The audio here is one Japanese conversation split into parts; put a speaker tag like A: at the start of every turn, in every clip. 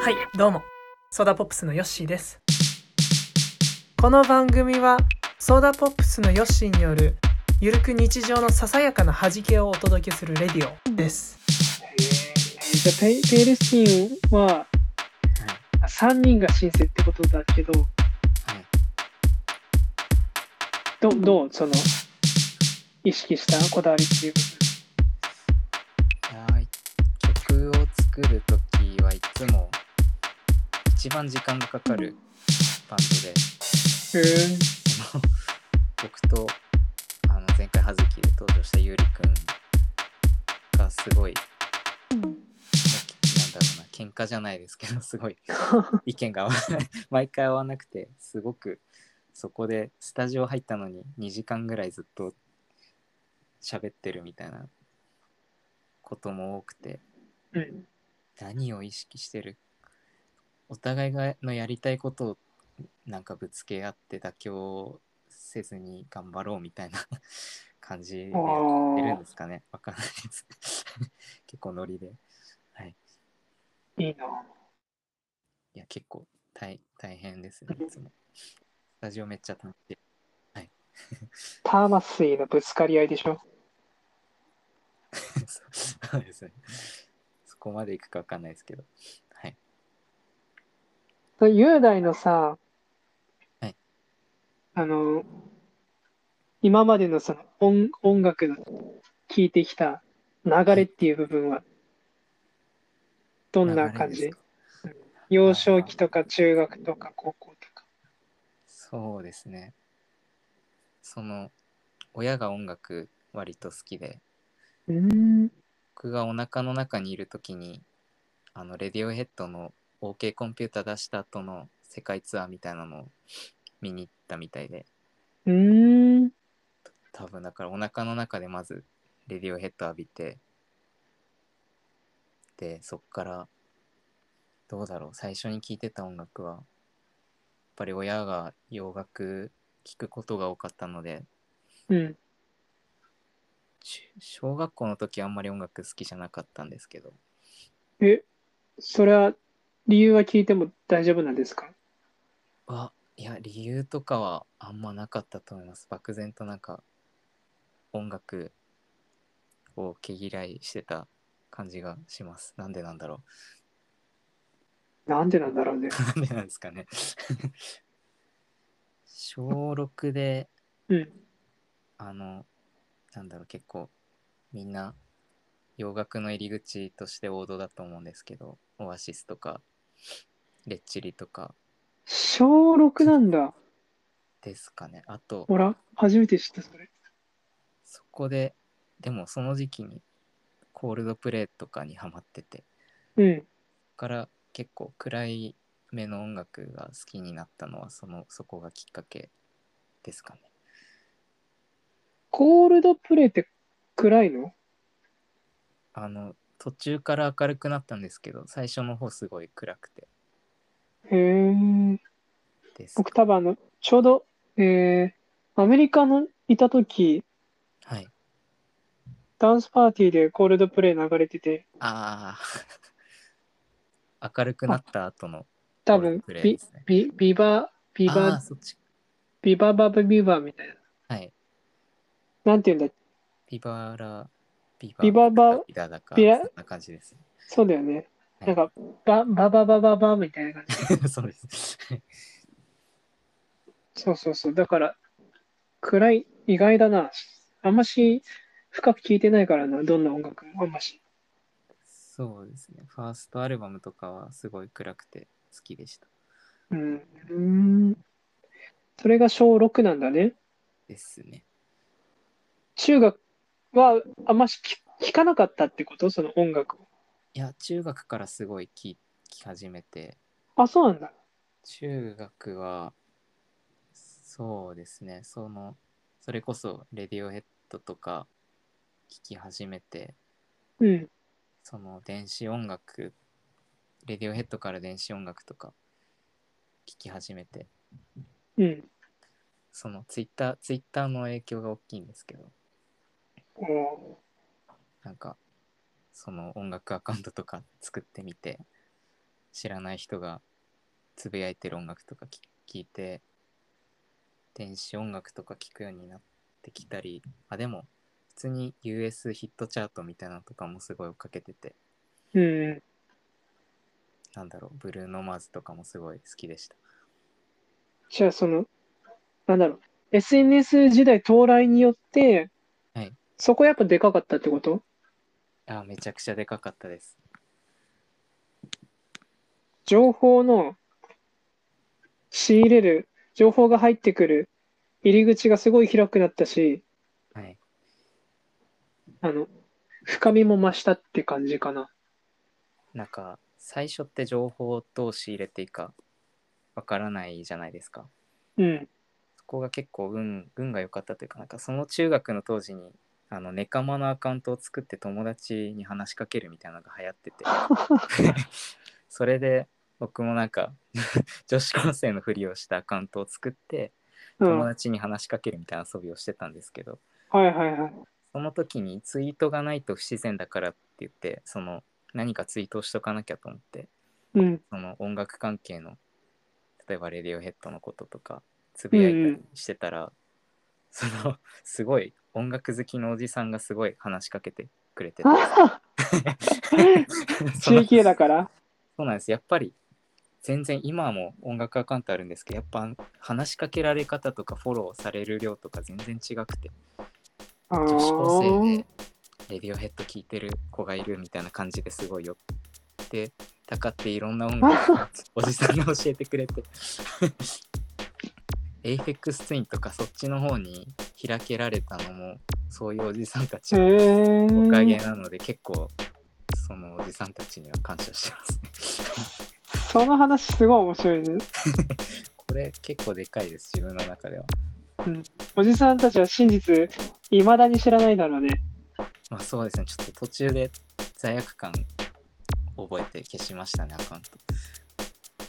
A: はいどうもソーダポップスのヨッシーですこの番組はソーダポップスのヨッシーによるゆるく日常のささやかな弾けをお届けするレディオです
B: じゃあペイペイレスキンは3人が申請ってことだけど、どどうその意識したこだわりっていう
C: いやー曲を作るときはいつも一番時間がかかるバンドで
B: へえ
C: あの僕とあの前回葉月で登場したゆうりくんがすごいなんだろうな喧嘩じゃないですけどすごい意見が合わない毎回合わなくてすごくそこでスタジオ入ったのに2時間ぐらいずっと喋ってるみたいなことも多くて
B: うん
C: 何を意識してるお互いがのやりたいことをなんかぶつけ合って妥協せずに頑張ろうみたいな 感じでやってるんですかねわかんないです。結構ノリで。はい。
B: いいない
C: や、結構大大変ですね、いつも。スタジオめっちゃ楽しい。
B: 魂のぶつかり合いでしょ
C: そうですね。そこまでいくかわかんないですけど。はい。
B: それ雄大のさ、
C: はい
B: あの今までのその音音楽の聴いてきた流れっていう部分はどんな感
C: 流れ
B: じ
C: ですか
B: 幼少期とか中学とか高校とか。
C: そうですね。その、親が音楽割と好きで、
B: うん。
C: 僕がお腹の中にいる時にあのレディオヘッドの OK コンピューター出した後の世界ツアーみたいなのを見に行ったみたいで
B: うん。
C: 多分だからお腹の中でまずレディオヘッド浴びてでそっからどうだろう最初に聴いてた音楽はやっぱり親が洋楽聴くことが多かったので
B: うん。
C: 中小学校の時あんまり音楽好きじゃなかったんですけど
B: え、それは理由は聞いても大丈夫なんですか
C: あいや理由とかはあんまなかったと思います漠然となんか音楽を毛嫌いしてた感じがしますなんでなんだろ
B: なんでなんだ ろうね。
C: うなんでなんですかね小6で
B: うん。
C: あのなんだろう結構みんな洋楽の入り口として王道だと思うんですけどオアシスとかレッチリとか
B: 小6なんだ。
C: ですかねあと
B: ほら、初めて知ったそれ。
C: そこで、でもその時期にコールドプレイとかにハマってて、
B: うん。
C: から結構暗い目の音楽が好きになったのはそのそこがきっかけですかね。
B: コールドプレイって暗いの
C: あの途中から明るくなったんですけど、最初の方すごい暗くて
B: へえ。
C: です。
B: 僕多分あの、ちょうど、えー、アメリカのいた時、
C: はい。
B: ダンスパーティーでコールドプレイ流れてて、
C: ああ。明るくなった後の
B: 多
C: コール
B: 分
C: ドプレイ
B: ビ
C: ですね。
B: ビビバ、ビ
C: ああー、
B: バ、
C: そっち。
B: ビババブビバみたいな。
C: はい。
B: なんて言うんだ、
C: ビバラ、ビバ
B: ビババ
C: ビダだか、そ
B: ビラ
C: んな感じです。
B: そうだよね。
C: はい
B: なんか、ば、ばばばばばみたいな感じ。
C: そうです。
B: そうそうそう。だから、暗い、意外だな。あんまし、深く聞いてないからな、どんな音楽もあんまし。
C: そうですね。ファーストアルバムとかはすごい暗くて好きでした。
B: うん。うーん。それが小6なんだね。
C: ですね。
B: 中学は、あんまし聞聞かなかったってことその音楽を。
C: いや、中学からすごい聴き始めて、
B: あ、そうなんだ。
C: 中学は、そうですね。その、それこそ、レディオヘッドとか聴き始めて、
B: うん。
C: その電子音楽、レディオヘッドから電子音楽とか聴き始めて、
B: うん。
C: そのツイッター、ツイッターの影響が大きいんですけど、
B: お
C: なんか、その音楽アカウントとか作ってみて、知らない人がつぶやいてる音楽とかき聞いて電子音楽とか聞くようになってきたりあでも普通に US ヒットチャートみたいなのとかもすごい追っかけてて
B: うん。
C: なんだろうブルーノ・マーズとかもすごい好きでした
B: じゃあ、その、なんだろう、SNS 時代到来によって
C: はい、
B: そこやっぱでかかったってこと
C: あめちゃくちゃでかかったです
B: 情報の仕入れる、情報が入ってくる入り口がすごい広くなったし、
C: はい
B: あの、深みも増したって感じかな。
C: なんか最初って情報をどう仕入れていいかわからないじゃないですか
B: うん。
C: そこが結構運運が良かったというかなんかその中学の当時にあのネカマのアカウントを作って友達に話しかけるみたいなのが流行っ ててそれで僕もなんか 女子高生のふりをしたアカウントを作って
B: うん。
C: 友
B: はい
C: 達に話しかけるみたいな遊びをしてたんですけど、
B: はいはい。
C: その時にツイートがないと不自然だからって言ってその何かツイートをしとかなきゃと思って
B: うん。
C: その音楽関係の例えばレディオヘッドのこととかつぶやいたりしてたら、そのすごい音楽好きのおじさんがすごい話しかけて くれててその
B: CK だから
C: そうなんですやっぱり全然今も音楽アカウントあるんですけどやっぱ話しかけられ方とかフォローされる量とか全然違くて
B: あ
C: 女子高生
B: ー
C: でレディオヘッド聴いてる子がいるみたいな感じですごいよってたかっていろんな音楽をおじさんが教えてくれて エイフェクスツインとかそっちの方に開けられたのもそういうおじさんたち
B: へ
C: のおかげ
B: ー
C: なので結構そのおじさんたちには感謝してますね
B: その話すごい面白いね。
C: これ結構でかいです自分の中では
B: おじさんたちは真実、いまだに知らないだろうね。
C: まあそうですねちょっと途中で罪悪感覚えて消しましたねアカウント
B: い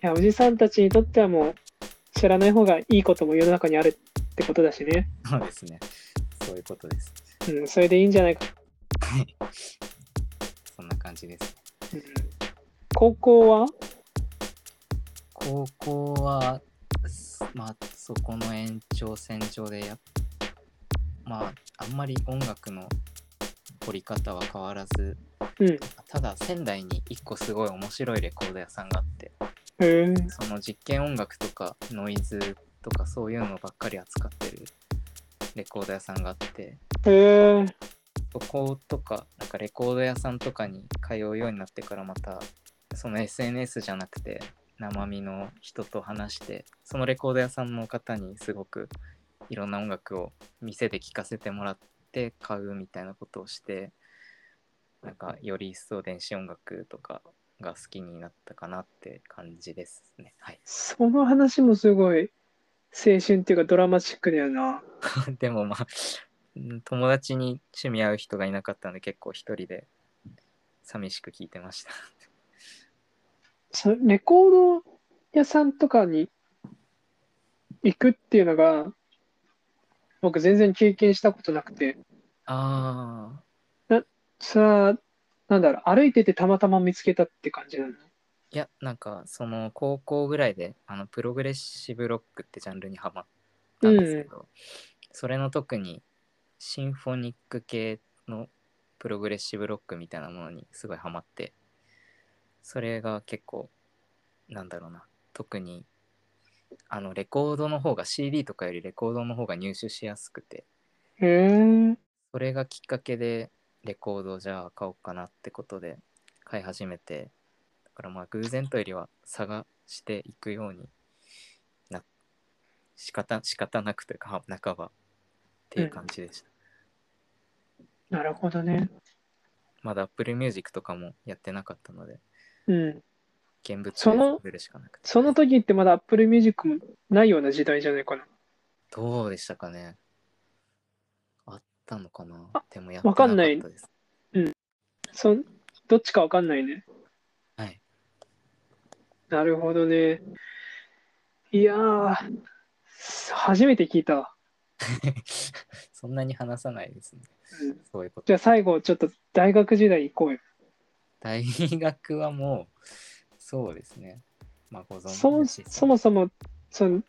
B: や、おじさんたちにとってはもう、知らない方がいいことも世の中にあるってことだしね。
C: そうですね。そういうことです。
B: うん、それでいいんじゃないか。
C: はい。そんな感じです。
B: うん高校は
C: 高校は、すまあ、そこの延長線上でや、まあ、あんまり音楽の掘り方は変わらず、
B: うん。へ
C: ただ仙台に一個すごい面白いレコード屋さんがあって、
B: え。
C: その実験音楽とかノイズとかそういうのばっかり扱ってるレコード屋さんがあって、
B: へえ。
C: そことか、なんかレコード屋さんとかに通うようになってからまた、その SNS じゃなくて、生身の人と話して、そのレコード屋さんの方にすごくいろんな音楽を店で聴かせてもらって買うみたいなことをして、なんかより一層電子音楽とかが好きになったかなって感じですね。はい。
B: その話もすごい、青春っていうかドラマチックだよな。
C: でもまあうん友達に趣味合う人がいなかったので結構一人で寂しく聞いてました
B: そレコード屋さんとかに行くっていうのが、僕全然経験したことなくて、
C: ああ
B: さあ、なんだろう、歩いててたまたま見つけたって感じなの。
C: いやなんかその高校ぐらいであのプログレッシブロックってジャンルにハマったんですけど、それの特にシンフォニック系のプログレッシブロックみたいなものにすごいハマってそれが結構なんだろうな特にあのレコードの方が CD とかよりレコードの方が入手しやすくて
B: へえ。
C: それがきっかけでレコードをじゃあ買おうかなってことで買い始めてだからまあ偶然というよりは探していくようにな仕方仕方なくというかは半ばっていう感じでした、
B: なるほどね。
C: まだ Apple Music とかもやってなかったので
B: うん。
C: 現物で
B: その
C: 探るしかなくて
B: その時ってまだ Apple Music もないような時代じゃないかな。
C: どうでしたかねあったのかな
B: あ
C: でもやって
B: わ
C: な
B: か
C: かっ
B: ん
C: た
B: ない
C: です
B: そんどっちかわかんないね。
C: はい
B: なるほどね。いやー、初めて聞いたわ。
C: そんなに話さないですね
B: うん
C: そういうこと
B: じゃあ最後、ちょっと大学時代行こうよ。
C: 大学はもうそうですね。まあ、ご存
B: そも
C: 知
B: そもそもその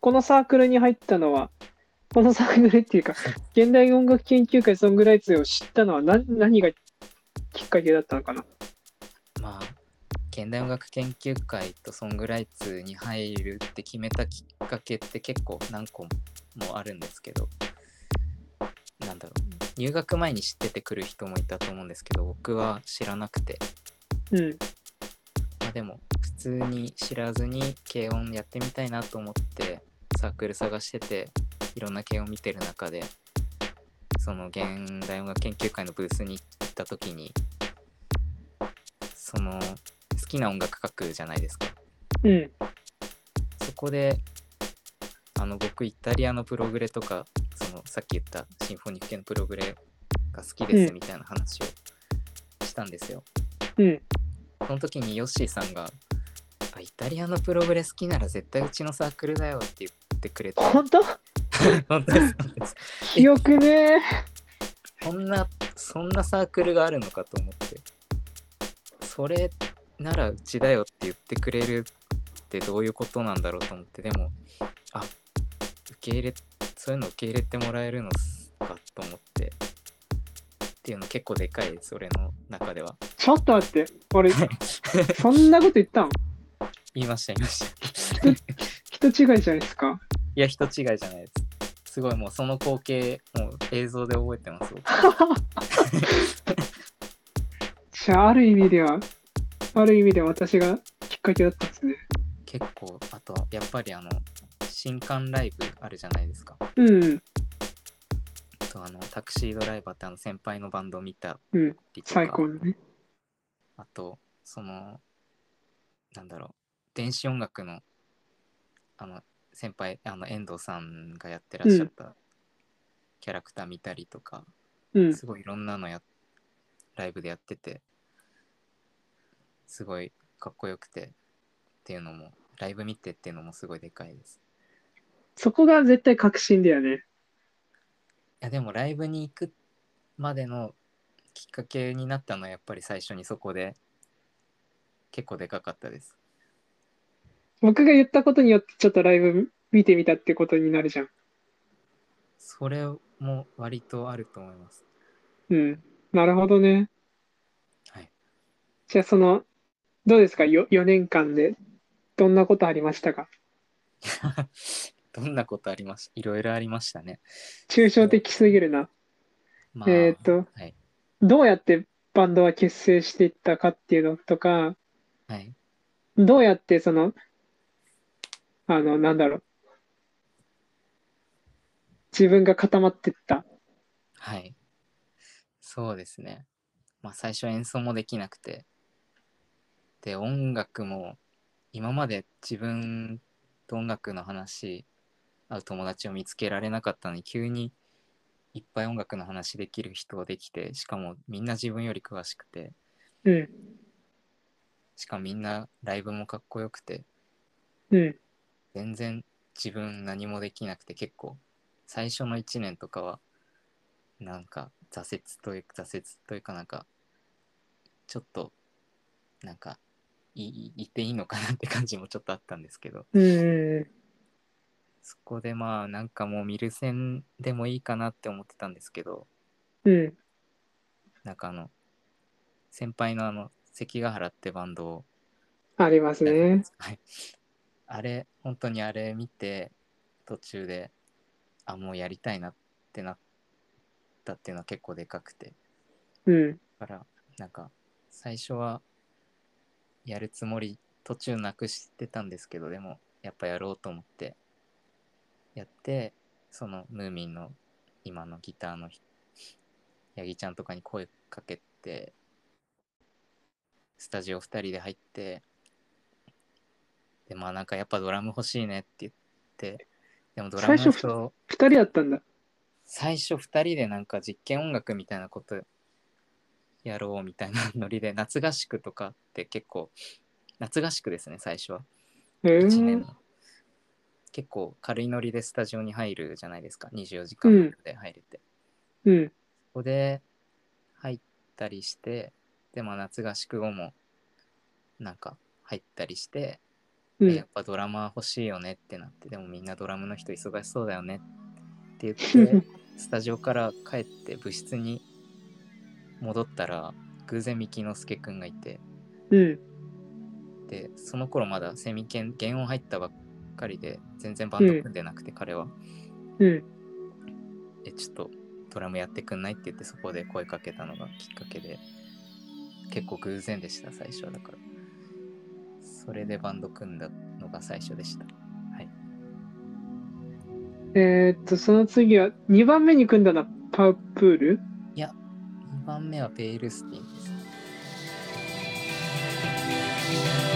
B: このサークルに入ったのはこのサークルっていうか現代音楽研究会ソングライツを知ったのは何何がきっかけだったのかな
C: まあ、現代音楽研究会とソングライツに入るって決めたきっかけって結構何個もあるんですけど、なんだろう、入学前に知っててくる人もいたと思うんですけど、僕は知らなくて、
B: うん
C: まあでも、普通に知らずに軽音やってみたいなと思って、サークル探してて、いろんな軽音見てる中で、その現代音楽研究会のブースに行った時に、その好きな音楽書くじゃないですか。
B: うん
C: そこであの僕イタリアのプログレとかそのさっき言ったシンフォニック系のプログレが好きで
B: う
C: す
B: ん
C: みたいな話をしたんですよ。
B: うん
C: その時にヨッシーさんがあイタリアのプログレ好きなら絶対うちのサークルだよって言ってくれて
B: 本当
C: 本当です本当です
B: 記憶ね
C: そんなそんなサークルがあるのかと思ってそれならうちだよって言ってくれるってどういうことなんだろうと思ってでもあ受け入れそういうの受け入れてもらえるのかと思ってっていうの結構でかいそれの中では
B: ちょっと待って俺そんなこと言ったの
C: 言いました言いましたい
B: 人違いじゃないですか
C: や人違いじゃないですすごいもうその光景もう映像で覚えてます僕
B: じゃあある意味ではある意味では私がきっかけだったんですね
C: 結構あとはやっぱりあの新刊ライブあるじゃないですか
B: うん
C: あとあのタクシードライバーってあの先輩のバンドを見た
B: うん
C: りとか
B: 最高のね
C: あとそのなんだろう電子音楽のあの先輩あの遠藤さんがやってらっしゃったキャラクター見たりとか、
B: うん
C: すごいいろんなのやライブでやっててすごいかっこよくてっていうのもライブ見てっていうのもすごいでかいです
B: そこが絶対確信だよね
C: いやでもライブに行くまでのきっかけになったのはやっぱり最初にそこで結構でかかったです。
B: 僕が言ったことによってちょっとライブ見てみたってことになるじゃん。
C: それも割とあると思います。
B: うん。なるほどね。
C: はい。
B: じゃあその、どうですかよ ?4 年間でどんなことありましたか
C: どんなことありましたいろいろありましたね。
B: 抽象的すぎるな。
C: まあ、
B: えーっと
C: はい。
B: どうやってバンドは結成していったかっていうのとか、
C: はい。
B: どうやってその、あの、なんだろう。自分が固まってった。
C: はい。そうですね。まあ最初演奏もできなくて。で、音楽も今まで自分と音楽の話、合う友達を見つけられなかったのに急にいっぱい音楽の話できる人ができて、しかもみんな自分より詳しくて、
B: うん。
C: しかもみんなライブもかっこよくて、
B: うん。
C: 全然自分何もできなくて結構最初の1年とかはなんか挫折という挫折というかなんかちょっとなんかいいいていいのかなって感じもちょっとあったんですけど
B: うん。
C: そこでまあなんかもう見る線でもいいかなって思ってたんですけど
B: うん。
C: なんかあの先輩のあの関ヶ原ってバンドを
B: ありますね。
C: はい、あれ本当にあれ見て途中であもうやりたいなってなったっていうのは結構でかくて
B: うん。
C: だからなんか最初はやるつもり途中なくしてたんですけどでもやっぱやろうと思ってやってそのムーミンの今のギターの人八木ちゃんとかに声かけてスタジオ2人で入ってでまあなんかやっぱドラム欲しいねって言ってでもドラム
B: 最
C: の
B: 初ふ
C: 人
B: 2人だったんだ。
C: 最初2人でなんか実験音楽みたいなことやろうみたいなノリで夏合宿とかって結構夏合宿ですね最初は
B: へえ
C: 1年の、結構軽いノリでスタジオに入るじゃないですか24時間で入れて、
B: うん。
C: ここで入ったりしてでまあ夏合宿後もなんか入ったりして、
B: う
C: でや
B: ん
C: っ。ぱドラマー欲しいよねってなってでもみんなドラムの人忙しそうだよねって言って スタジオから帰って部室に戻ったら偶然三木之助くんがいて
B: うん。
C: でその頃まだセミ弦弦音入ったばっかりで全然バンド組んでなくて、彼は
B: うん。
C: 「えちょっとドラムやってくんない?」って言ってそこで声かけたのがきっかけで結構偶然でした最初はだからそれでバンド組んだのが最初でした
B: えーっと、その次は、2番目に組んだのはパウプール
C: いや2番目はペールスティンです